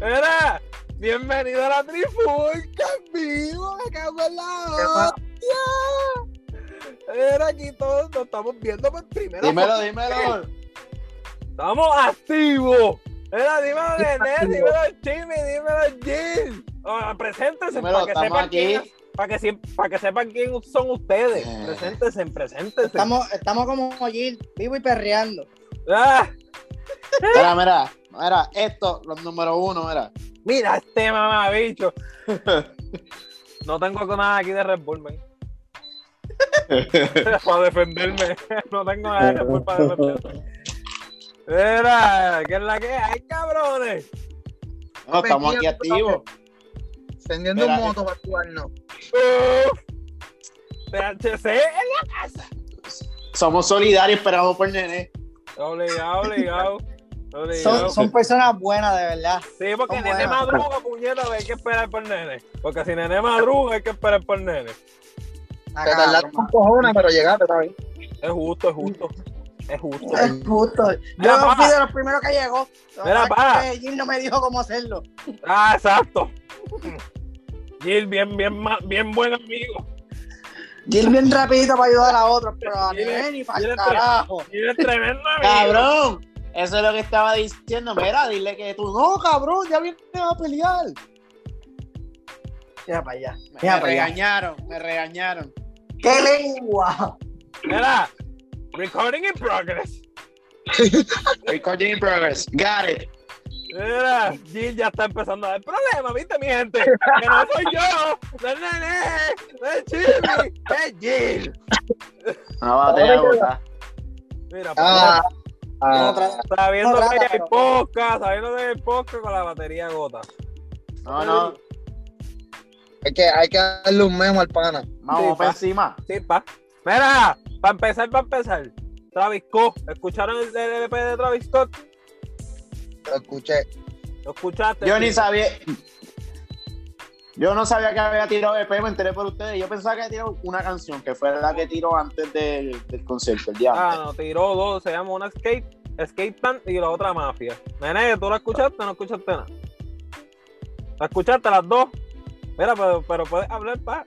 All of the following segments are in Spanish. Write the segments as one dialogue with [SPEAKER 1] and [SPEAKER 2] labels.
[SPEAKER 1] Mira, bienvenido a la trifulca, vivo, me cago en la hostia. Mira, aquí todos nos estamos viendo por primera
[SPEAKER 2] Dímelo,
[SPEAKER 1] vez.
[SPEAKER 2] dímelo.
[SPEAKER 1] Estamos activos. Mira, dímelo Nené, dímelo Jimmy, dímelo Jim. Ah, preséntense
[SPEAKER 2] Dímelo,
[SPEAKER 1] para que
[SPEAKER 2] estamos
[SPEAKER 1] sepan quién
[SPEAKER 2] aquí.
[SPEAKER 1] es- para que, siem- para que sepan quién son ustedes.
[SPEAKER 2] Eh.
[SPEAKER 1] Preséntense, preséntense.
[SPEAKER 3] Estamos, estamos como Jill, vivo y perreando.
[SPEAKER 1] Ah,
[SPEAKER 2] Mira, mira, mira, esto, los número uno, mira.
[SPEAKER 1] mira este mamabicho. No tengo nada aquí de Red Bull, man. para defenderme. No tengo nada de Red Bull para defenderme. Mira, ¿qué es la que hay, cabrones?
[SPEAKER 2] No, estamos aquí activos.
[SPEAKER 4] Tendiendo
[SPEAKER 2] Espera,
[SPEAKER 4] un moto para jugarnos.
[SPEAKER 1] Uf. THC en la casa.
[SPEAKER 2] Somos solidarios, esperamos por nene.
[SPEAKER 1] Obligado, obligado. Obligado.
[SPEAKER 3] Son, son personas buenas, de verdad.
[SPEAKER 1] Sí, porque
[SPEAKER 3] son
[SPEAKER 1] nene
[SPEAKER 3] buenas.
[SPEAKER 1] madruga, puñeta, hay que esperar por nene. Porque si nene madruga, hay que esperar por nene.
[SPEAKER 3] Ah,
[SPEAKER 4] Te tardaste
[SPEAKER 3] cabrón.
[SPEAKER 4] un cojones, pero llegaste, ¿sabes?
[SPEAKER 1] Es justo, es justo. Es justo.
[SPEAKER 3] Es justo. Yo
[SPEAKER 1] Mira, pa.
[SPEAKER 3] fui de los primeros que llegó. Lo
[SPEAKER 1] Mira,
[SPEAKER 3] que
[SPEAKER 1] pa.
[SPEAKER 3] pasa es que Jill no me dijo cómo hacerlo.
[SPEAKER 1] Ah, exacto. Gil, bien, bien, ma- bien buen amigo.
[SPEAKER 3] Jill bien rapidito para ayudar a otros, pero a
[SPEAKER 1] Jill es-
[SPEAKER 3] Nene ni para
[SPEAKER 1] Jill es
[SPEAKER 3] el carajo.
[SPEAKER 1] Gil es tremendo amigo.
[SPEAKER 2] Cabrón, eso es lo que estaba diciendo. Mira, dile que tú no, cabrón, ya viene a pelear.
[SPEAKER 3] Mira para allá.
[SPEAKER 2] Me
[SPEAKER 3] Mira para allá.
[SPEAKER 2] regañaron, me regañaron.
[SPEAKER 3] ¡Qué lengua!
[SPEAKER 1] Mira, recording in progress.
[SPEAKER 2] Recording in progress. Got it.
[SPEAKER 1] Mira, Gil ya está empezando a dar problemas, ¿viste, mi gente? Que no soy yo, no es Nene, no es Jimmy, es Gil.
[SPEAKER 2] No, va, te voy a botar.
[SPEAKER 1] Mira,
[SPEAKER 4] Ah,
[SPEAKER 3] No,
[SPEAKER 4] ah,
[SPEAKER 3] tra-
[SPEAKER 1] sabiendo
[SPEAKER 3] no,
[SPEAKER 1] que
[SPEAKER 3] trata,
[SPEAKER 1] hay
[SPEAKER 3] pero-
[SPEAKER 1] podcast, sabiendo que hay podcast con la batería gota.
[SPEAKER 2] No, no,
[SPEAKER 4] hay, que, hay que darle un memo al pana.
[SPEAKER 1] Sí,
[SPEAKER 2] vamos
[SPEAKER 1] pa.
[SPEAKER 2] para encima.
[SPEAKER 1] Sí, pa. Mira, para empezar, para empezar. Travis Scott, ¿escucharon el LP de Travis Scott?
[SPEAKER 4] Lo escuché.
[SPEAKER 1] ¿Lo escuchaste?
[SPEAKER 2] Yo ni
[SPEAKER 1] Gil?
[SPEAKER 2] sabía. Yo no sabía que había tirado EP, me enteré por ustedes. Yo pensaba que había tirado una canción, que fue la que tiró antes del, del concierto, el día
[SPEAKER 1] Ah,
[SPEAKER 2] antes.
[SPEAKER 1] no, tiró dos, se llama una skate, skate plan y la otra mafia. Nene, ¿tú la escuchaste o no escuchaste nada? ¿La escuchaste las dos? Mira, pero, pero puedes hablar, pa.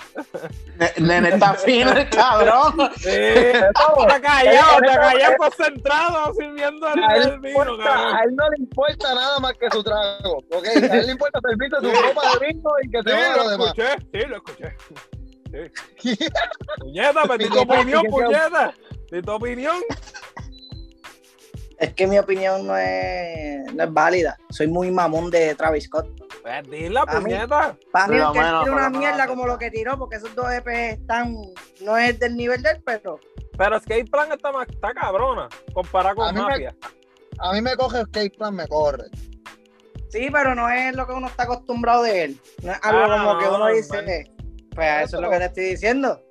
[SPEAKER 2] Ne- Nene está fino el cabrón.
[SPEAKER 1] Sí, está callado, está callado, concentrado, sirviendo el,
[SPEAKER 4] A
[SPEAKER 1] el
[SPEAKER 4] él,
[SPEAKER 1] vino,
[SPEAKER 4] importa-
[SPEAKER 1] cabrón.
[SPEAKER 4] a él no le importa nada más que su trago. ¿ok? A él le importa servirse su copa de vino y que
[SPEAKER 1] Sí,
[SPEAKER 4] se vea lo
[SPEAKER 1] lo
[SPEAKER 4] demás.
[SPEAKER 1] escuché, sí, lo escuché. Sí. puñeta,
[SPEAKER 4] Mi
[SPEAKER 1] perdí tu
[SPEAKER 4] copa,
[SPEAKER 1] opinión,
[SPEAKER 4] que sea-
[SPEAKER 1] puñeta. ¿De tu opinión?
[SPEAKER 3] Es que mi opinión no es, no es válida. Soy muy mamón de Travis Scott.
[SPEAKER 1] Perdí la
[SPEAKER 3] A mí-
[SPEAKER 1] puñeta.
[SPEAKER 3] Para
[SPEAKER 2] Por
[SPEAKER 3] mí,
[SPEAKER 2] lo
[SPEAKER 3] el que
[SPEAKER 2] menos,
[SPEAKER 3] tire
[SPEAKER 2] por
[SPEAKER 3] una
[SPEAKER 2] lo menos.
[SPEAKER 3] mierda como lo que tiró, porque esos dos EP están. No es del nivel del perro.
[SPEAKER 1] Pero skate plan está, más- está cabrona, comparada
[SPEAKER 4] A
[SPEAKER 1] con
[SPEAKER 4] mí me-
[SPEAKER 1] mafia.
[SPEAKER 4] A mí me coge skate plan, me corre.
[SPEAKER 3] Sí, pero no es lo que uno está acostumbrado de él. No es algo
[SPEAKER 1] Ah,
[SPEAKER 3] como que
[SPEAKER 1] no,
[SPEAKER 3] uno dice.
[SPEAKER 1] normal.
[SPEAKER 3] eh, Pues eso es lo que te estoy diciendo.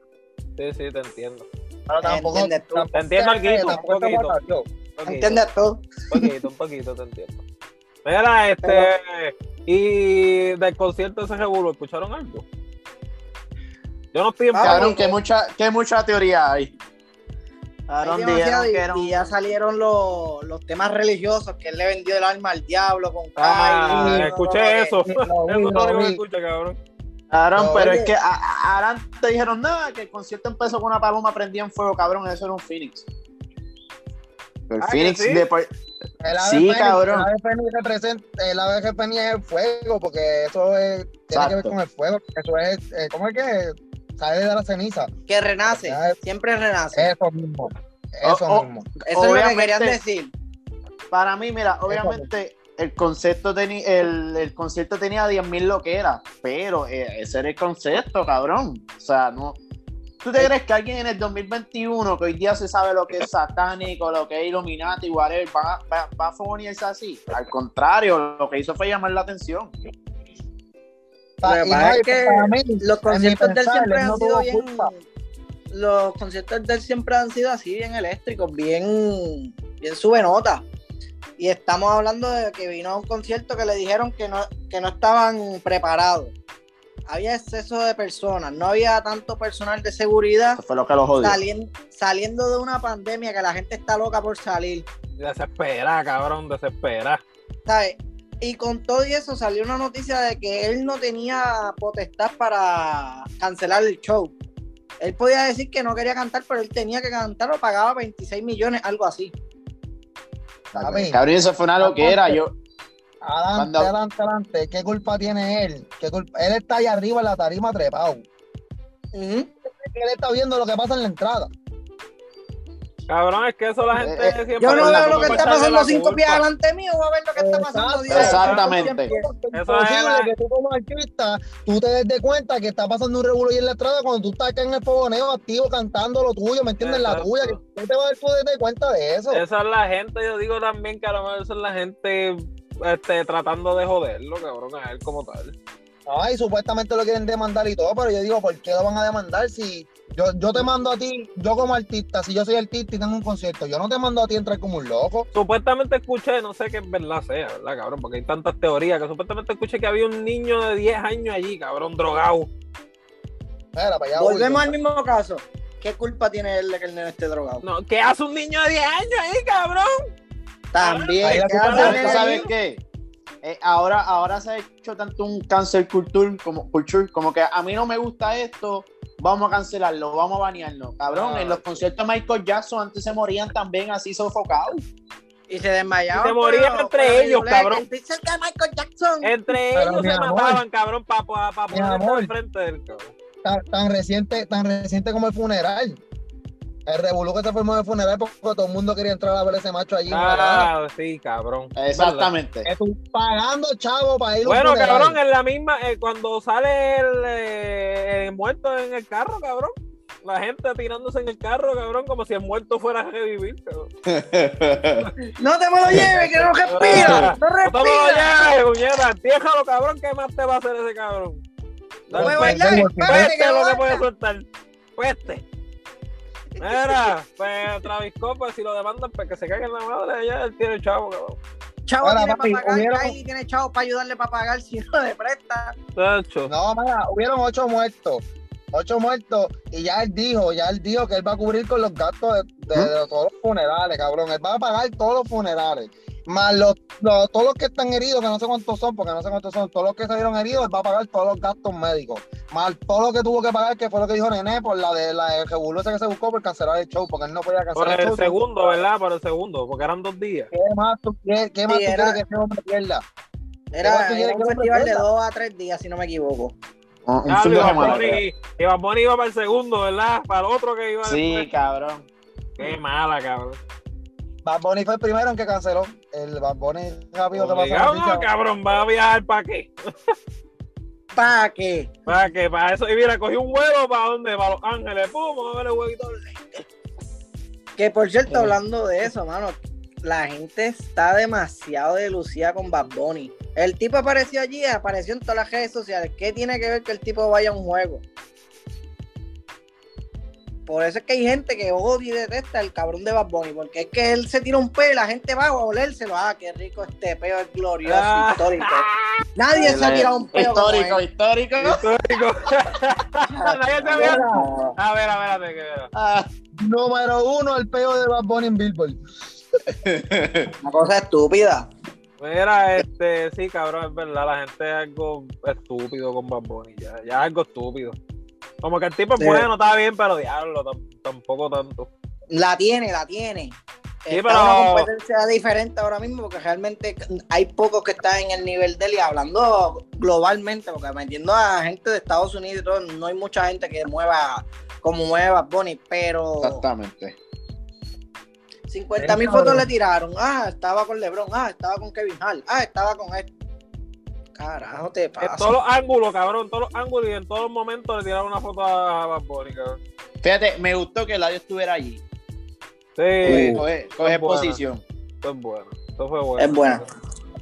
[SPEAKER 1] Sí, sí, te entiendo.
[SPEAKER 4] Pero tampoco.
[SPEAKER 3] Entiendes tú.
[SPEAKER 1] Te
[SPEAKER 4] tampoco-
[SPEAKER 1] entiendo, Alguito,
[SPEAKER 4] tampoco
[SPEAKER 1] un poquito.
[SPEAKER 4] te voy a dar
[SPEAKER 1] Poquito,
[SPEAKER 3] ¿Entiendes tú?
[SPEAKER 1] Un poquito, un poquito, te entiendo. Mira, este. Y del concierto ese seguro, ¿escucharon algo? Yo no estoy en
[SPEAKER 3] Ah,
[SPEAKER 2] Cabrón, que mucha, que mucha teoría hay.
[SPEAKER 3] Hay
[SPEAKER 2] Cabrón, dijeron
[SPEAKER 3] demasiado
[SPEAKER 2] que
[SPEAKER 3] y,
[SPEAKER 2] era un-
[SPEAKER 3] y ya salieron los, los temas religiosos que él le vendió el alma al diablo con
[SPEAKER 1] Ah,
[SPEAKER 3] Kylie,
[SPEAKER 1] escuché
[SPEAKER 3] todo lo que-
[SPEAKER 1] eso. Eso
[SPEAKER 4] yo. Lo vi,
[SPEAKER 1] es lo
[SPEAKER 4] lo
[SPEAKER 1] único que
[SPEAKER 4] vi.
[SPEAKER 1] escucha, cabrón.
[SPEAKER 2] Cabrón,
[SPEAKER 4] No,
[SPEAKER 2] pero
[SPEAKER 3] oye.
[SPEAKER 2] es que a- a- ahora te dijeron nada, que el concierto empezó con una paloma prendida en fuego, cabrón, eso era un Phoenix. Pero
[SPEAKER 1] Ah,
[SPEAKER 2] el
[SPEAKER 1] ¿que
[SPEAKER 2] Phoenix
[SPEAKER 1] sí?
[SPEAKER 2] de por-
[SPEAKER 4] El ave
[SPEAKER 2] Sí,
[SPEAKER 4] fénix-
[SPEAKER 2] cabrón.
[SPEAKER 4] El ave fénix representa, el ave fénix es el fuego, porque eso es- tiene que ver
[SPEAKER 2] Exacto.
[SPEAKER 4] con el fuego. Eso es, eh, ¿cómo es que sale de la ceniza?
[SPEAKER 3] que renace,
[SPEAKER 4] Ya, eh,
[SPEAKER 3] siempre renace.
[SPEAKER 4] Eso mismo. Eso
[SPEAKER 2] Oh, oh.
[SPEAKER 4] mismo.
[SPEAKER 3] eso es lo que
[SPEAKER 2] obviamente-
[SPEAKER 3] querían decir.
[SPEAKER 2] Para mí, mira, obviamente el concepto tenía el, el concierto tenía 10.000 loqueras, pero eh, ese era el concepto, cabrón. O sea, no. ¿Tú te crees que alguien en el 2021, que hoy día se sabe lo que es satánico, lo que es Illuminati, whatever, va, va, va a fogonearse así? Al contrario, lo que hizo fue llamar la atención.
[SPEAKER 3] Lo que
[SPEAKER 4] Y
[SPEAKER 3] pasa
[SPEAKER 4] no, y
[SPEAKER 3] es que
[SPEAKER 4] para mí,
[SPEAKER 3] Los
[SPEAKER 4] en mi
[SPEAKER 3] conciertos de él
[SPEAKER 4] pensar,
[SPEAKER 3] siempre
[SPEAKER 4] él
[SPEAKER 3] han
[SPEAKER 4] no
[SPEAKER 3] sido
[SPEAKER 4] tuvo
[SPEAKER 3] bien.
[SPEAKER 4] culpa.
[SPEAKER 3] Los conciertos de él siempre han sido así, bien eléctricos, bien, bien sube nota. Y estamos hablando de que vino a un concierto que le dijeron que no, que no estaban preparados. Había exceso de personas, no había tanto personal de seguridad
[SPEAKER 2] Eso fue lo que lo jodió.
[SPEAKER 3] salien- saliendo de una pandemia que la gente está loca por salir.
[SPEAKER 1] Desespera, cabrón, desespera.
[SPEAKER 3] ¿sabes? y con todo y eso salió una noticia de que él no tenía potestad para cancelar el show. Él podía decir que no quería cantar, pero él tenía que cantar o pagaba 26 millones, algo así.
[SPEAKER 4] Papi,
[SPEAKER 2] Cabrón, eso fue una loquera. Yo,
[SPEAKER 4] Adelante,
[SPEAKER 2] Cuando-
[SPEAKER 4] adelante, adelante. ¿Qué culpa tiene él? ¿Qué culpa? Él está ahí arriba en la tarima trepado.
[SPEAKER 3] Ujú.
[SPEAKER 4] Él está viendo lo que pasa en la entrada.
[SPEAKER 1] Cabrón, es que eso la
[SPEAKER 2] Eh,
[SPEAKER 1] gente
[SPEAKER 2] eh,
[SPEAKER 1] siempre.
[SPEAKER 3] Yo no
[SPEAKER 1] le
[SPEAKER 2] la
[SPEAKER 3] veo
[SPEAKER 1] da
[SPEAKER 3] lo que
[SPEAKER 1] culpa
[SPEAKER 3] está
[SPEAKER 1] echarle
[SPEAKER 3] pasando
[SPEAKER 1] la
[SPEAKER 3] cinco
[SPEAKER 1] culpa.
[SPEAKER 3] pies adelante mío, voy a ver lo que está pasando. diez adelante,
[SPEAKER 2] Exactamente.
[SPEAKER 3] cien pies.
[SPEAKER 1] Eso
[SPEAKER 4] Es
[SPEAKER 1] es
[SPEAKER 4] imposible
[SPEAKER 1] la-
[SPEAKER 4] que tú como artista, tú te des de cuenta que está pasando un revuelo ahí en la entrada cuando tú estás acá en el fogoneo activo cantando lo tuyo, ¿me entiendes? La
[SPEAKER 1] Exacto.
[SPEAKER 4] tuya. que ¿Qué te va a dar tú de cuenta de eso?
[SPEAKER 1] Esa es la gente, yo digo también que a lo mejor esa es la gente este, tratando de joderlo, cabrón, a él como tal.
[SPEAKER 4] Ay, supuestamente lo quieren demandar y todo, pero yo digo, ¿por qué lo van a demandar si yo, yo te mando a ti, yo como artista, si yo soy artista y tengo un concierto, yo no te mando a ti a entrar como un loco.
[SPEAKER 1] Supuestamente escuché, no sé qué en verdad sea, ¿verdad, cabrón? Porque hay tantas teorías que supuestamente escuché que había un niño de 10 años allí, cabrón, drogado.
[SPEAKER 4] Espera, para allá voy,
[SPEAKER 3] Volvemos
[SPEAKER 4] yo-
[SPEAKER 3] al mismo caso. ¿Qué culpa tiene él de que el nene esté drogado?
[SPEAKER 1] No, ¿Qué hace un niño de 10 años ahí, cabrón?
[SPEAKER 3] También.
[SPEAKER 4] Ahí la
[SPEAKER 3] ¿qué
[SPEAKER 4] culpa
[SPEAKER 3] hace el
[SPEAKER 2] ¿sabes,
[SPEAKER 3] nene
[SPEAKER 2] tú sabes
[SPEAKER 3] ahí?
[SPEAKER 2] qué? Eh, ahora, ahora se ha hecho tanto un cancel culture como, culture como que a mí no me gusta esto, vamos a cancelarlo, vamos a banearlo. Cabrón,
[SPEAKER 1] Ah,
[SPEAKER 2] en los
[SPEAKER 1] sí.
[SPEAKER 2] conciertos de Michael Jackson antes se morían también así sofocados.
[SPEAKER 3] Y se desmayaban.
[SPEAKER 1] Y se morían
[SPEAKER 3] pero-
[SPEAKER 1] entre
[SPEAKER 3] pero
[SPEAKER 1] ellos,
[SPEAKER 3] Black,
[SPEAKER 1] cabrón.
[SPEAKER 3] el pixel de Michael Jackson.
[SPEAKER 1] Entre
[SPEAKER 4] Pero,
[SPEAKER 1] ellos
[SPEAKER 4] mi
[SPEAKER 1] se
[SPEAKER 4] amor.
[SPEAKER 1] mataban, cabrón, para pa, pa
[SPEAKER 4] Mi
[SPEAKER 1] ponerse
[SPEAKER 4] amor.
[SPEAKER 1] al frente del cabrón.
[SPEAKER 4] tan, tan reciente, tan reciente como el funeral. El revolú que se formó en el funeral porque todo el mundo quería entrar a ver ese macho allí. en la cara.
[SPEAKER 1] Ah, sí, cabrón.
[SPEAKER 2] Exactamente.
[SPEAKER 4] Que tú pagando chavo para ir a un
[SPEAKER 1] Bueno,
[SPEAKER 4] funeral.
[SPEAKER 1] cabrón, en la misma, eh, cuando sale el, eh, el muerto en el carro, cabrón. La gente tirándose en el carro, cabrón, como si el muerto fuera a revivir, cabrón.
[SPEAKER 3] No te me lo lleves, que no respira. No
[SPEAKER 1] ¡Toma lo
[SPEAKER 3] respira.
[SPEAKER 1] lleves, puñeta! ¡Déjalo, cabrón! ¿Qué más te va a hacer ese cabrón?
[SPEAKER 3] No me
[SPEAKER 1] Dale,
[SPEAKER 3] bailar,
[SPEAKER 4] Cueste,
[SPEAKER 3] espérate
[SPEAKER 1] Cueste
[SPEAKER 3] que
[SPEAKER 1] lo que
[SPEAKER 3] baila.
[SPEAKER 1] puede soltar. Cueste. Mira, pues Travis Scott, pues, si lo demandan, pues que se caiga en la madre allá, él tiene chavo, cabrón.
[SPEAKER 3] Chavo
[SPEAKER 4] Ahora,
[SPEAKER 3] tiene
[SPEAKER 4] papi,
[SPEAKER 3] para pagar,
[SPEAKER 4] hubiera-
[SPEAKER 3] Kai tiene chavo para ayudarle para pagar si no le presta.
[SPEAKER 1] Tacho.
[SPEAKER 4] No, mira, hubieron ocho muertos. Ocho muertos. Y ya él dijo, ya él dijo que él va a cubrir con los gastos de, de- de todos los funerales, cabrón. Él va a pagar todos los funerales. Más los, los- todos los que están heridos, que no sé cuántos son, porque no sé cuántos son, todos los que salieron heridos, él va a pagar todos los gastos médicos. Más todo lo que tuvo que pagar, que fue lo que dijo Nené, por la de la revolución que se buscó por cancelar el show, porque él no podía
[SPEAKER 1] Por
[SPEAKER 4] cancelar
[SPEAKER 1] el
[SPEAKER 4] el show.
[SPEAKER 1] segundo, ¿verdad? Por el segundo, porque eran dos días.
[SPEAKER 4] ¿Qué más tú, qué, qué más
[SPEAKER 3] Sí,
[SPEAKER 4] tú
[SPEAKER 3] era-
[SPEAKER 4] quieres que ese hombre pierda? Igual
[SPEAKER 3] Era,
[SPEAKER 4] tú
[SPEAKER 3] era
[SPEAKER 4] tienes
[SPEAKER 3] un
[SPEAKER 4] que
[SPEAKER 3] festival de
[SPEAKER 4] resolverla.
[SPEAKER 3] dos a tres días, si no me equivoco.
[SPEAKER 2] un
[SPEAKER 1] Ah,
[SPEAKER 2] fin de
[SPEAKER 1] Iván
[SPEAKER 2] semana.
[SPEAKER 1] Boni, Iván Boni iba para el segundo, ¿verdad? Para el otro que iba
[SPEAKER 2] Sí,
[SPEAKER 1] después.
[SPEAKER 2] cabrón.
[SPEAKER 1] Qué mala, cabrón.
[SPEAKER 4] Bad Bunny fue el primero en que canceló. El Bad Bunny rápido que pasó. la
[SPEAKER 1] Obligado,
[SPEAKER 4] ficha.
[SPEAKER 1] no, cabrón, va a viajar para qué.
[SPEAKER 3] ¿Para qué?
[SPEAKER 1] Para qué, para eso. Y mira, cogió un huevo para dónde, para Los Ángeles. Pum, vamos a ver el huevito.
[SPEAKER 3] Que por cierto,
[SPEAKER 2] Sí.
[SPEAKER 3] hablando de eso, mano, la gente está demasiado delucida con Bad Bunny. El tipo apareció allí, apareció en todas las redes sociales. ¿Qué tiene que ver que el tipo vaya a un juego? Por eso es que hay gente que odia y detesta el cabrón de Bad Bunny, porque es que él se tira un peo y la gente va a olérselo. Ah, qué rico este peo, es glorioso,
[SPEAKER 1] Ah.
[SPEAKER 3] histórico. Nadie se ha tirado un peo. como
[SPEAKER 2] histórico,
[SPEAKER 3] él.
[SPEAKER 2] histórico.
[SPEAKER 1] Histórico. Nadie se había-
[SPEAKER 4] Ahora,
[SPEAKER 1] A ver, a ver, a ver, que ver.
[SPEAKER 2] Ah.
[SPEAKER 4] Número uno, el peo de Bad Bunny en Billboard.
[SPEAKER 3] Una cosa estúpida.
[SPEAKER 1] Mira, este, sí, cabrón, es verdad, la gente es algo estúpido con Bad Bunny, ya, ya es algo estúpido. Como que el tipo es
[SPEAKER 3] Sí.
[SPEAKER 1] bueno, está bien, pero diablo, tam- tampoco tanto.
[SPEAKER 3] La tiene, la tiene.
[SPEAKER 1] Sí,
[SPEAKER 3] Está
[SPEAKER 1] pero-
[SPEAKER 3] una competencia diferente ahora mismo porque realmente hay pocos que están en el nivel de él y hablando globalmente, porque metiendo a gente de Estados Unidos, y todo, no hay mucha gente que mueva como mueva Bonnie, pero
[SPEAKER 2] Exactamente.
[SPEAKER 3] 50 mil
[SPEAKER 4] Sí,
[SPEAKER 3] fotos
[SPEAKER 4] cabrón.
[SPEAKER 3] le tiraron. Ah, estaba con LeBron, ah, estaba con Kevin Hart, ah, estaba con esto. Carajo, te
[SPEAKER 1] En
[SPEAKER 3] pasa.
[SPEAKER 1] todos los ángulos, cabrón, en todos los ángulos y en todos los momentos le tiraron una foto a Bad Bunny, cabrón.
[SPEAKER 2] Fíjate, me gustó que Eladio estuviera allí.
[SPEAKER 1] Sí,
[SPEAKER 2] Coge, coge- coge
[SPEAKER 1] buena.
[SPEAKER 2] posición.
[SPEAKER 1] esto es bueno, esto fue bueno.
[SPEAKER 3] Es buena.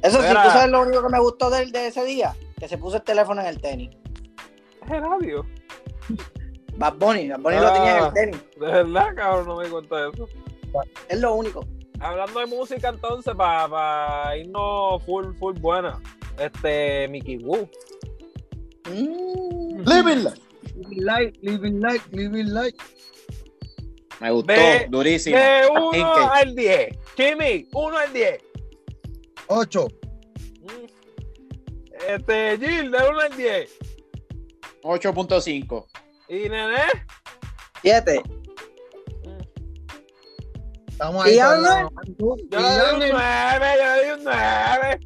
[SPEAKER 3] Eso sí,
[SPEAKER 1] Mira.
[SPEAKER 3] tú sabes lo único que me gustó de él de ese día, que se puso el teléfono en el tenis.
[SPEAKER 1] Es el labio.
[SPEAKER 3] Bad Bunny, Bad Bunny lo tenía en
[SPEAKER 1] Ah.
[SPEAKER 3] el tenis,
[SPEAKER 1] De verdad, cabrón, no me di cuenta de eso.
[SPEAKER 3] es lo único.
[SPEAKER 1] Hablando de música, entonces, para irnos full, full buena. Este, Mickey Woo.
[SPEAKER 3] Mm.
[SPEAKER 2] Lívenla.
[SPEAKER 4] Living life, living life, living life.
[SPEAKER 2] Me gustó,
[SPEAKER 1] Ve-
[SPEAKER 2] durísimo.
[SPEAKER 1] De
[SPEAKER 2] ¿En
[SPEAKER 1] 1
[SPEAKER 2] qué?
[SPEAKER 1] al 10. Jimmy, 1 al 10.
[SPEAKER 4] Ocho.
[SPEAKER 1] Mm, Este, Gil, de 1 al 10.
[SPEAKER 2] 8.5.
[SPEAKER 1] Y Nené,
[SPEAKER 3] Siete.
[SPEAKER 4] Estamos ahí.
[SPEAKER 3] Y ahora-
[SPEAKER 4] cabrón. Y
[SPEAKER 1] yo le
[SPEAKER 4] yo
[SPEAKER 1] doy un
[SPEAKER 4] ni-
[SPEAKER 1] 9, yo le doy un 9.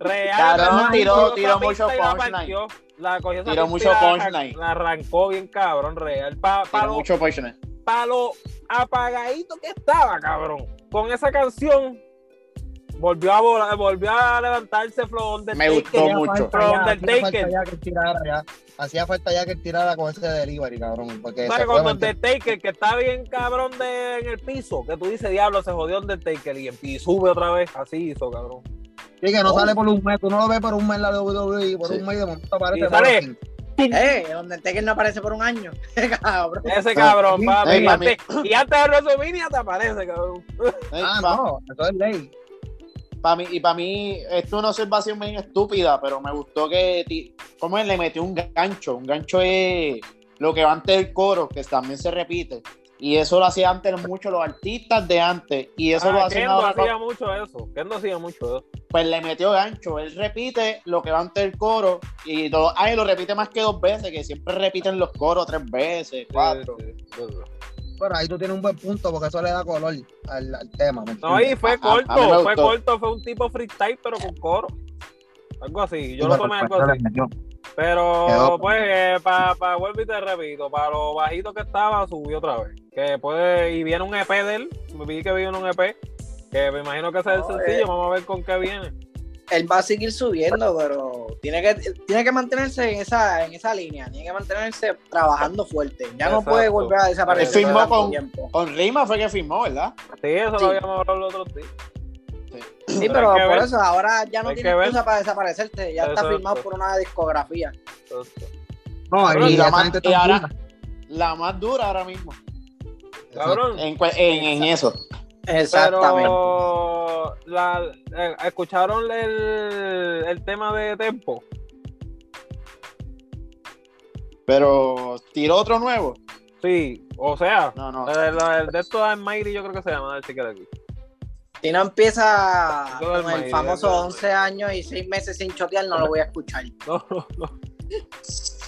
[SPEAKER 1] Real.
[SPEAKER 2] Cabrón,
[SPEAKER 1] Real
[SPEAKER 2] tiró-
[SPEAKER 1] cogió esa
[SPEAKER 2] tiró
[SPEAKER 1] pista
[SPEAKER 2] mucho
[SPEAKER 1] y la
[SPEAKER 2] punchline.
[SPEAKER 1] partió. La cogió esa
[SPEAKER 2] Tiró
[SPEAKER 1] pista y
[SPEAKER 2] mucho
[SPEAKER 1] la-
[SPEAKER 2] punchline.
[SPEAKER 1] La arrancó bien, cabrón, real. Pa, pa
[SPEAKER 2] Pero
[SPEAKER 1] lo-
[SPEAKER 2] mucho passionate.
[SPEAKER 1] pa' lo apagadito que estaba, cabrón. Con esa canción, volvió a volar, volvió a levantarse Flow Undertaker.
[SPEAKER 2] Me gustó
[SPEAKER 4] Hacía
[SPEAKER 2] mucho.
[SPEAKER 4] falta
[SPEAKER 1] From
[SPEAKER 4] ya,
[SPEAKER 1] Undertaker.
[SPEAKER 4] Hacía falta ya que él tirara ya. Hacía falta ya que él tirara con ese delivery, cabrón. Porque
[SPEAKER 1] ¿Sabes?
[SPEAKER 4] se fue
[SPEAKER 1] Con
[SPEAKER 4] Undertaker.
[SPEAKER 1] Undertaker, que está bien cabrón de, en el piso. Que tú dices, diablo, se jodió Undertaker y, empi- y sube otra vez. Así hizo, cabrón.
[SPEAKER 4] Sí, que no
[SPEAKER 1] Oh.
[SPEAKER 4] sale por un mes. Tú no lo ves por un mes en la WWE. Por
[SPEAKER 2] Sí.
[SPEAKER 4] un mes y de momento aparece.
[SPEAKER 1] Y sale.
[SPEAKER 4] Martin.
[SPEAKER 3] Eh, Undertaker no aparece por un año. Cabrón.
[SPEAKER 1] Ese cabrón,
[SPEAKER 4] sí,
[SPEAKER 1] papi.
[SPEAKER 2] sí,
[SPEAKER 1] y,
[SPEAKER 2] mami.
[SPEAKER 1] antes, y antes de WrestleMania te aparece, cabrón.
[SPEAKER 4] Ah, no. Eso es ley.
[SPEAKER 2] Eh, Pa' mí- y para mí, esto es una observación bien estúpida, pero me gustó que ti- cómo él le metió un gancho. Un gancho es lo que va antes del coro, que también se repite. Y eso lo hacía antes mucho los artistas de antes. Y eso
[SPEAKER 1] Ah,
[SPEAKER 2] lo hacen
[SPEAKER 1] Kendo
[SPEAKER 2] ahora.
[SPEAKER 1] hacía mucho eso. Kendo hacía mucho eso.
[SPEAKER 2] Pues le metió gancho. Él repite lo que va antes del coro. Y todo, ay, lo repite más que dos veces, que siempre repiten los coros tres veces, cuatro.
[SPEAKER 1] Sí, sí, sí.
[SPEAKER 4] Pero ahí tú tienes un buen punto porque eso le da color al, al tema. ¿me
[SPEAKER 1] No,
[SPEAKER 4] entiendes?
[SPEAKER 1] y fue
[SPEAKER 2] A- a-
[SPEAKER 1] corto,
[SPEAKER 2] a mí me
[SPEAKER 1] fue
[SPEAKER 2] gustó.
[SPEAKER 1] corto, fue un tipo freestyle, pero con coro. Algo así, yo lo
[SPEAKER 4] Y por
[SPEAKER 1] tomé algo
[SPEAKER 4] fuerza
[SPEAKER 1] así.
[SPEAKER 4] pues, le metió.
[SPEAKER 1] Pero
[SPEAKER 4] Quedó.
[SPEAKER 1] pues, eh, pa, pa, vuelvo y te repito, para lo bajito que estaba, subió otra vez. Que puede, y viene un EP de él, me vi que viene un EP, que me imagino que ese es el
[SPEAKER 3] Joder.
[SPEAKER 1] sencillo, vamos a ver con qué viene.
[SPEAKER 3] Él va a seguir subiendo, pero tiene que, tiene que mantenerse en esa, en esa línea. Tiene que mantenerse trabajando fuerte. Ya no
[SPEAKER 1] Exacto.
[SPEAKER 3] puede volver a
[SPEAKER 2] Él
[SPEAKER 3] desaparecer. por
[SPEAKER 2] firmó
[SPEAKER 3] tanto
[SPEAKER 2] con-
[SPEAKER 3] tiempo.
[SPEAKER 2] Con Rima fue que firmó, ¿verdad?
[SPEAKER 1] Sí, eso
[SPEAKER 3] Sí.
[SPEAKER 1] lo habíamos hablado los otros días.
[SPEAKER 3] Sí,
[SPEAKER 1] Pero
[SPEAKER 3] pero
[SPEAKER 1] hay que
[SPEAKER 3] por
[SPEAKER 1] ver.
[SPEAKER 3] eso ahora ya no
[SPEAKER 1] Hay
[SPEAKER 3] tiene
[SPEAKER 1] que ver.
[SPEAKER 3] excusa para desaparecerte. Ya está
[SPEAKER 1] Exacto.
[SPEAKER 3] firmado por una discografía.
[SPEAKER 1] Entonces,
[SPEAKER 4] No,
[SPEAKER 2] Cabrón,
[SPEAKER 4] y,
[SPEAKER 2] y la
[SPEAKER 4] esa
[SPEAKER 2] ma-
[SPEAKER 4] gente
[SPEAKER 2] y
[SPEAKER 4] está
[SPEAKER 2] ahora-
[SPEAKER 4] dura.
[SPEAKER 2] la más dura ahora mismo.
[SPEAKER 1] Cabrón.
[SPEAKER 2] En, cua- en- en eso.
[SPEAKER 3] Exactamente.
[SPEAKER 1] Pero la, eh, escucharon el, el tema de Tempo.
[SPEAKER 2] Pero tiró otro nuevo.
[SPEAKER 1] Sí, o sea,
[SPEAKER 2] No, no.
[SPEAKER 1] El, el de estos Almighty, yo creo que se llama el chico de aquí.
[SPEAKER 3] Si no empieza
[SPEAKER 1] Todo el
[SPEAKER 3] con el
[SPEAKER 1] maíz,
[SPEAKER 3] famoso
[SPEAKER 1] todo el
[SPEAKER 3] 11 años y 6 meses sin chotear, no lo voy a escuchar.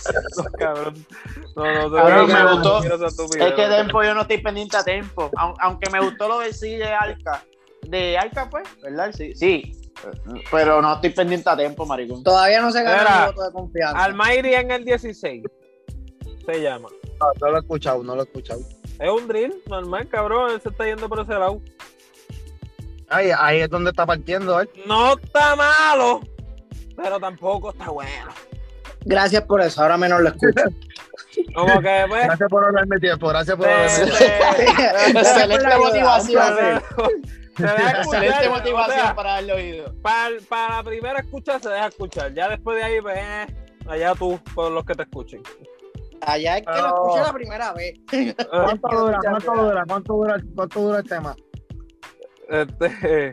[SPEAKER 1] No, no, no. No, cabrón. No, no, no.
[SPEAKER 2] Cabrón,
[SPEAKER 1] no,
[SPEAKER 2] me
[SPEAKER 1] no,
[SPEAKER 2] gustó.
[SPEAKER 1] mira esa estúpida,
[SPEAKER 2] Es que
[SPEAKER 1] cabrón.
[SPEAKER 2] Tempo yo no estoy pendiente a Tempo. Au- Aunque me gustó lo del sí de Arca. De Arca, pues, ¿verdad? Sí. Sí. Pero no estoy pendiente a Tempo, maricón.
[SPEAKER 3] Todavía no se
[SPEAKER 1] Mira,
[SPEAKER 3] gana el voto de confianza.
[SPEAKER 1] Almighty en el 16. Se llama.
[SPEAKER 4] No, no lo he escuchado, no lo he escuchado.
[SPEAKER 1] Es un drill normal, cabrón. Él se está yendo por ese lado.
[SPEAKER 4] Ahí, ahí es donde está partiendo, ¿eh?
[SPEAKER 1] No está malo, pero tampoco está bueno.
[SPEAKER 3] Gracias por eso, ahora menos lo escucho.
[SPEAKER 1] Como que, pues.
[SPEAKER 4] Gracias por hablarme tiempo, gracias por hablarme tiempo.
[SPEAKER 1] Se,
[SPEAKER 3] Gracias por la ayuda,
[SPEAKER 2] motivación.
[SPEAKER 3] un placer.
[SPEAKER 1] se deja escuchar.
[SPEAKER 2] Excelente
[SPEAKER 1] o
[SPEAKER 2] motivación
[SPEAKER 1] sea,
[SPEAKER 2] para darle oído.
[SPEAKER 1] para, para la primera escucha se deja escuchar. Ya después de ahí, pues, eh, allá tú, por los que te escuchen.
[SPEAKER 3] Allá es que
[SPEAKER 1] Pero-
[SPEAKER 3] lo escuché la primera vez.
[SPEAKER 4] ¿Cuánto dura? ¿Cuánto dura? ¿Cuánto dura? ¿Cuánto dura el tema?
[SPEAKER 1] Este,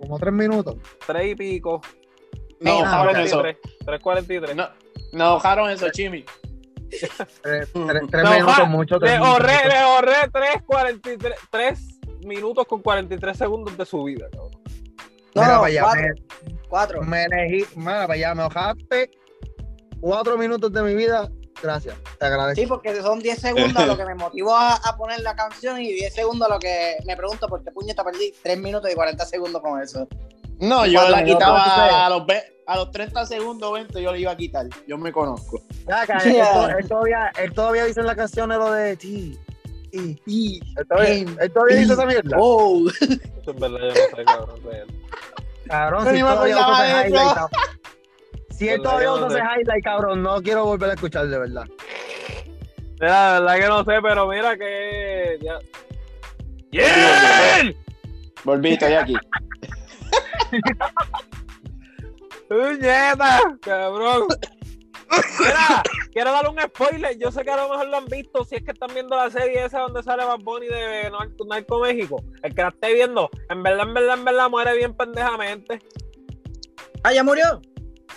[SPEAKER 4] Como tres minutos.
[SPEAKER 1] tres y pico.
[SPEAKER 2] No,
[SPEAKER 3] Mira,
[SPEAKER 2] cabrón, eso.
[SPEAKER 1] 343. 343.
[SPEAKER 2] No, no bajaron eso, Chimi.
[SPEAKER 4] Tres, tres- tres
[SPEAKER 1] No,
[SPEAKER 4] minutos
[SPEAKER 1] ja,
[SPEAKER 4] mucho. tres
[SPEAKER 1] Le
[SPEAKER 4] minutos.
[SPEAKER 1] ahorré, le ahorré 3, 43, 3 minutos con 43 segundos de su vida, cabrón.
[SPEAKER 4] Mira
[SPEAKER 3] No,
[SPEAKER 4] para allá,
[SPEAKER 3] cuatro, cuatro.
[SPEAKER 4] me, me elegí, mira para allá, me ojaste cuatro minutos de mi vida. Gracias, te agradezco.
[SPEAKER 3] Sí, porque son 10 segundos lo que me motivó a, a poner la canción y 10 segundos lo que me pregunto por qué puñeta perdí 3 minutos y 40 segundos con eso.
[SPEAKER 2] No, yo
[SPEAKER 3] Cuatro
[SPEAKER 2] la
[SPEAKER 3] minutos, ¿tú crees?
[SPEAKER 2] quitaba a los, ve- a los 30 segundos, 20, yo le iba a quitar. Yo me conozco.
[SPEAKER 4] Ya, cara,
[SPEAKER 3] Yeah.
[SPEAKER 4] él, to- él todavía, él todavía dice en la canción lo de ti. Y,
[SPEAKER 3] Y,
[SPEAKER 4] él todavía,
[SPEAKER 3] Bien.
[SPEAKER 4] él todavía dice esa mierda.
[SPEAKER 3] oh,
[SPEAKER 1] Eso en verdad yo no sé, cabrón. real.
[SPEAKER 4] Cabrón,
[SPEAKER 2] Yo
[SPEAKER 4] si
[SPEAKER 2] ni me
[SPEAKER 4] todavía
[SPEAKER 2] acordaba
[SPEAKER 4] usa
[SPEAKER 2] de
[SPEAKER 4] ese
[SPEAKER 2] eso.
[SPEAKER 4] highlight. cabrón. Si él
[SPEAKER 1] Verdad,
[SPEAKER 4] todavía
[SPEAKER 1] yo no
[SPEAKER 4] usa ese
[SPEAKER 1] sé.
[SPEAKER 4] highlight, cabrón, no quiero volver a escuchar de verdad.
[SPEAKER 1] Mira, la verdad que no sé, pero mira que. Ya. ¡Yeah!
[SPEAKER 2] Volví, estoy aquí.
[SPEAKER 1] ¡Puñeta! ¡Cabrón! Mira, quiero dar un spoiler. Yo sé que a lo mejor lo han visto. Si es que están viendo la serie esa donde sale Bad Bunny de Narco, Narco México. El que la esté viendo, en verdad, en verdad, en verdad, muere bien pendejamente.
[SPEAKER 3] ah, ya murió.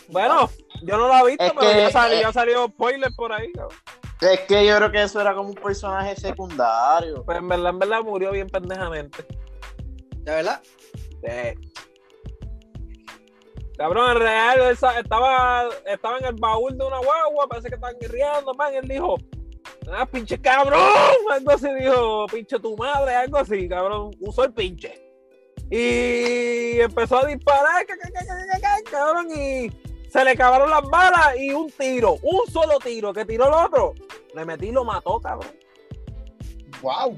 [SPEAKER 1] Bueno, yo no lo he visto,
[SPEAKER 2] Es
[SPEAKER 1] pero
[SPEAKER 2] que-
[SPEAKER 1] ya, salió,
[SPEAKER 2] eh.
[SPEAKER 1] ya salió spoiler por ahí. cabrón.
[SPEAKER 2] Es que yo creo que eso era como un personaje secundario.
[SPEAKER 1] Pues en verdad, en verdad, murió bien pendejamente.
[SPEAKER 3] De verdad.
[SPEAKER 1] Sí. Eh, Cabrón, en real, él sa- estaba, estaba en el baúl de una guagua, parece que estaban guerreando, man. Él dijo, ah, pinche cabrón, algo así, dijo, pinche tu madre, algo así, cabrón. Usó el pinche. Y empezó a disparar, ca, ca, ca, ca, ca, ca, cabrón, y se le acabaron las balas y un tiro, un solo tiro que tiró el otro. Le metí y lo mató, cabrón.
[SPEAKER 4] Wow.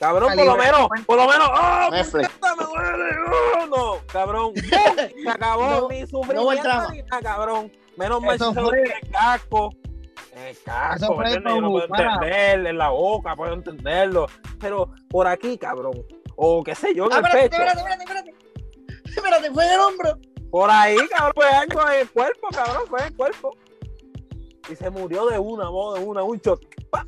[SPEAKER 1] Cabrón, por lo
[SPEAKER 4] Calibre
[SPEAKER 1] menos, por lo menos, ¡ah!
[SPEAKER 2] Netflix.
[SPEAKER 1] puñeta, me duele! ¡Ah, no! Cabrón,
[SPEAKER 3] Ah,
[SPEAKER 1] ¡pum! se acabó mi
[SPEAKER 3] No, hubo el
[SPEAKER 1] sufrimiento
[SPEAKER 3] trama.
[SPEAKER 1] ni nada, cabrón. Menos mal
[SPEAKER 4] Eso
[SPEAKER 1] si se lo
[SPEAKER 4] fue-
[SPEAKER 1] tiene en el casco. En el
[SPEAKER 4] Eso
[SPEAKER 1] casco,
[SPEAKER 4] fue
[SPEAKER 1] ¿me entiendes? Yo no puedo
[SPEAKER 4] con- para.
[SPEAKER 1] entender, en la boca, puedo entenderlo. Pero por aquí, cabrón. O qué sé yo, en
[SPEAKER 3] Ah,
[SPEAKER 1] el
[SPEAKER 3] espérate,
[SPEAKER 1] pecho.
[SPEAKER 3] espérate, espérate, espérate. Espérate, fue en el hombro.
[SPEAKER 1] Por ahí, cabrón, fue algo en el cuerpo, cabrón, fue en el cuerpo. Y se murió de una, mo, de una, un shot. ¡Pa!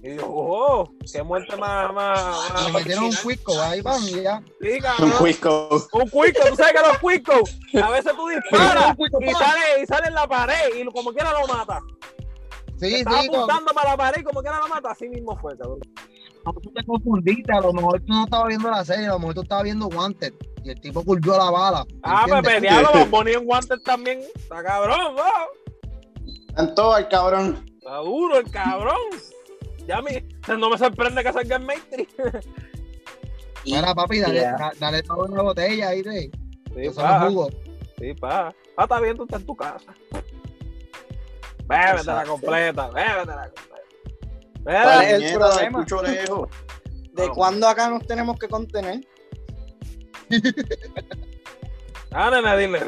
[SPEAKER 1] Y dijo, oh, qué muerte más, más, más
[SPEAKER 4] Le metieron un cuico ahí, van, y ya.
[SPEAKER 1] Sí,
[SPEAKER 2] Un
[SPEAKER 1] cabrón.
[SPEAKER 2] cuisco.
[SPEAKER 1] Un cuico, tú sabes que los cuicos, a veces tú disparas y
[SPEAKER 4] pa.
[SPEAKER 1] sale, y sale en la pared y como quiera lo mata.
[SPEAKER 4] Sí,
[SPEAKER 1] Estaba
[SPEAKER 4] sí, cuando
[SPEAKER 1] apuntando para la pared y como quiera lo mata, así mismo fue, cabrón.
[SPEAKER 4] cuando tú te confundiste, a lo mejor tú no estabas viendo la serie, a lo mejor tú estabas viendo Wanted y el tipo curvió la bala.
[SPEAKER 1] Ah, me
[SPEAKER 4] ¿entiendes?
[SPEAKER 1] diablo, los ponía en guantes también. Está cabrón, va.
[SPEAKER 2] Tanto al cabrón.
[SPEAKER 1] Está duro el cabrón. Ya me, no me sorprende que salga en Matrix.
[SPEAKER 4] Mira, papi, dale,
[SPEAKER 3] Ya.
[SPEAKER 4] da- dale todo en una botella ahí, rey.
[SPEAKER 1] Sí,
[SPEAKER 4] Que son los
[SPEAKER 1] pa,
[SPEAKER 4] jugos.
[SPEAKER 1] sí, pa. Ah, está bien, tú estás en tu casa. Bébetela
[SPEAKER 3] Exacto.
[SPEAKER 1] completa, bébetela completa.
[SPEAKER 3] ¿Cuál
[SPEAKER 1] Mira,
[SPEAKER 3] es Ah, el
[SPEAKER 2] Puñeta, la
[SPEAKER 3] problema?
[SPEAKER 2] escucho lejos.
[SPEAKER 3] ¿De
[SPEAKER 1] No.
[SPEAKER 3] cuándo acá nos tenemos que contener?
[SPEAKER 1] ah, nena, dile.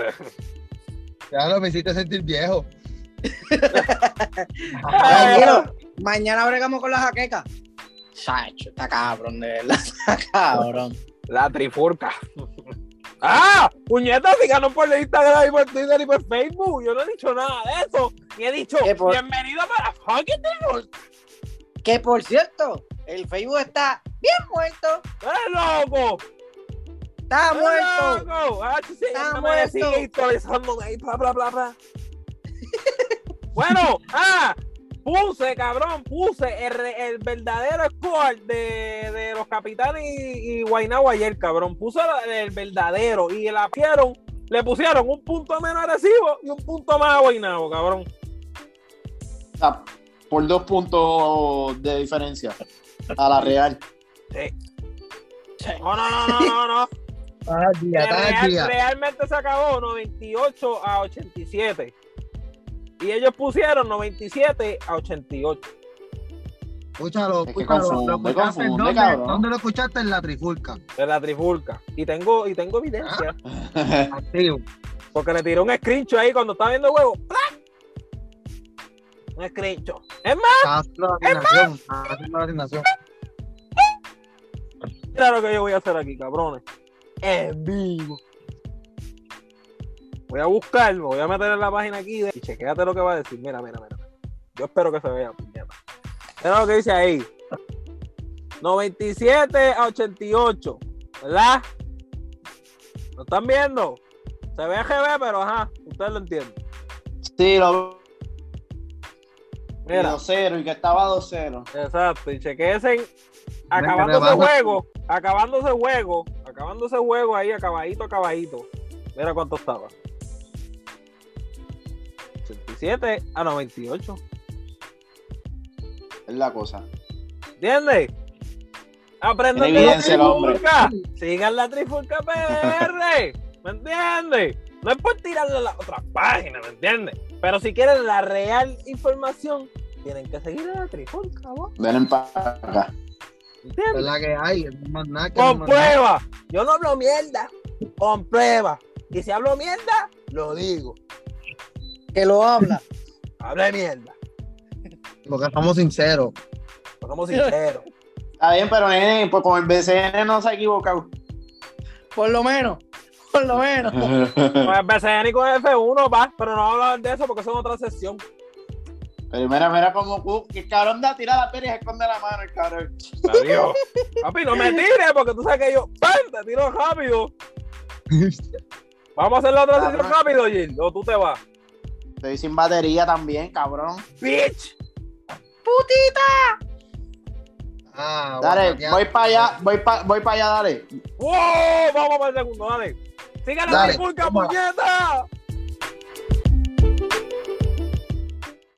[SPEAKER 4] Ya lo me hiciste sentir viejo.
[SPEAKER 3] Ah. Tranquilo. Mañana bregamos con la jaqueca. Sacho, está cabrón, de verdad. Está cabrón.
[SPEAKER 1] La trifurca. ¡Ah! Puñeta, si ganó por Instagram y por Twitter y por Facebook. Yo no he dicho nada de eso. Y he dicho,
[SPEAKER 3] ¿Qué por-
[SPEAKER 1] bienvenido para fucking trifurca.
[SPEAKER 3] Que por cierto, el Facebook está bien muerto.
[SPEAKER 1] ¡Eres loco!
[SPEAKER 3] Está
[SPEAKER 1] ¡Eres
[SPEAKER 3] muerto.
[SPEAKER 1] loco! ¡Ah, sí, sí,
[SPEAKER 3] Está
[SPEAKER 1] no me
[SPEAKER 3] muerto.
[SPEAKER 1] sigue actualizándome ahí, bla, bla, bla, bla. bueno, ah, puse, cabrón, puse el, re- el verdadero score de, de los capitanes y, y Guaynabo ayer, cabrón. Puse la- el verdadero y la vieron. Le pusieron un punto menos agresivo y un punto más a Guaynabo, cabrón.
[SPEAKER 2] Ah, Por dos puntos de diferencia. A la real.
[SPEAKER 1] No, no, no, no, no, no.
[SPEAKER 4] Estás al día, estás al
[SPEAKER 1] Real-
[SPEAKER 4] día.
[SPEAKER 1] realmente se acabó 98 a 87. Y ellos pusieron 97 a 88.
[SPEAKER 4] Escúchalo,
[SPEAKER 2] Es que
[SPEAKER 4] escúchalo. ¿Lo
[SPEAKER 2] confunde,
[SPEAKER 4] escuchaste en
[SPEAKER 2] confunde,
[SPEAKER 4] dónde?
[SPEAKER 2] cabrón.
[SPEAKER 4] ¿Dónde lo escuchaste? En la trifulca.
[SPEAKER 1] de la trifulca. Y tengo, y tengo evidencia.
[SPEAKER 4] Activo.
[SPEAKER 1] Porque le tiré un screenshot ahí cuando estaba viendo huevo. ¡Plac! Un screenshot. Es más,
[SPEAKER 4] Estás haciendo la asignación. Estás haciendo la asignación.
[SPEAKER 1] mira lo que yo voy a hacer aquí, cabrones. En vivo. Voy a buscarlo, voy a meter en la página aquí de- y chequéate lo que va a decir. Mira, mira, mira. Yo espero que se vea, puñeta. Mira lo que dice ahí. 97 a 88. ¿Verdad? ¿Lo están viendo? Se ve GB, pero ajá, ustedes lo entienden.
[SPEAKER 2] Sí, lo
[SPEAKER 1] Mira.
[SPEAKER 2] 2-0 y que estaba 2-0.
[SPEAKER 1] Exacto, y chequesen
[SPEAKER 4] le
[SPEAKER 1] acabándose
[SPEAKER 4] bajo.
[SPEAKER 1] juego, acabándose juego, acabándose juego ahí, acabadito, acabadito. Mira cuánto estaba. 87 a 98.
[SPEAKER 2] Es la cosa.
[SPEAKER 1] ¿Entiendes? Aprendan
[SPEAKER 2] Tiene
[SPEAKER 1] de la
[SPEAKER 2] evidencia el hombre.
[SPEAKER 1] trifulca. Sigan la trifulca PR. ¿Me entiendes? No es por tirarle a las otras páginas, ¿me entiendes? Pero si quieren la real información, tienen que seguir a la trifulca, vos.
[SPEAKER 2] Ven para acá.
[SPEAKER 1] ¿Entiendes?
[SPEAKER 4] Es la que hay. Es más nada que
[SPEAKER 1] Con
[SPEAKER 4] no más nada.
[SPEAKER 1] prueba. Yo no hablo mierda. Con prueba. Y si hablo mierda, lo digo.
[SPEAKER 3] Que lo habla.
[SPEAKER 1] Hablé mierda.
[SPEAKER 4] Porque somos sinceros.
[SPEAKER 1] Pero Somos sinceros.
[SPEAKER 2] Está bien, pero nene, pues con el BCN no se ha equivocado.
[SPEAKER 3] Por lo menos. Por lo menos.
[SPEAKER 1] Con
[SPEAKER 2] pero
[SPEAKER 1] el BCN y con el F1 va, pero no vamos a hablar de eso porque son otra sesión.
[SPEAKER 2] mira, mira como cu- que el cabrón da tirada la pera y se esconde la mano el cabrón.
[SPEAKER 1] Adiós. Papi, no me tires porque tú sabes que yo ¡pam! te tiro rápido. Vamos a hacer la otra sesión rápido, Gil. O tú te vas.
[SPEAKER 2] Estoy sin batería también, cabrón.
[SPEAKER 1] Bitch.
[SPEAKER 3] Putita.
[SPEAKER 4] Ah,
[SPEAKER 2] Dale,
[SPEAKER 4] bueno, ya.
[SPEAKER 2] voy para allá, voy para voy pa allá, dale.
[SPEAKER 1] ¡Wow! Vamos para el segundo, dale. ¡Sigue la
[SPEAKER 4] Dale,
[SPEAKER 1] trifulca,
[SPEAKER 4] toma.
[SPEAKER 1] puñeta!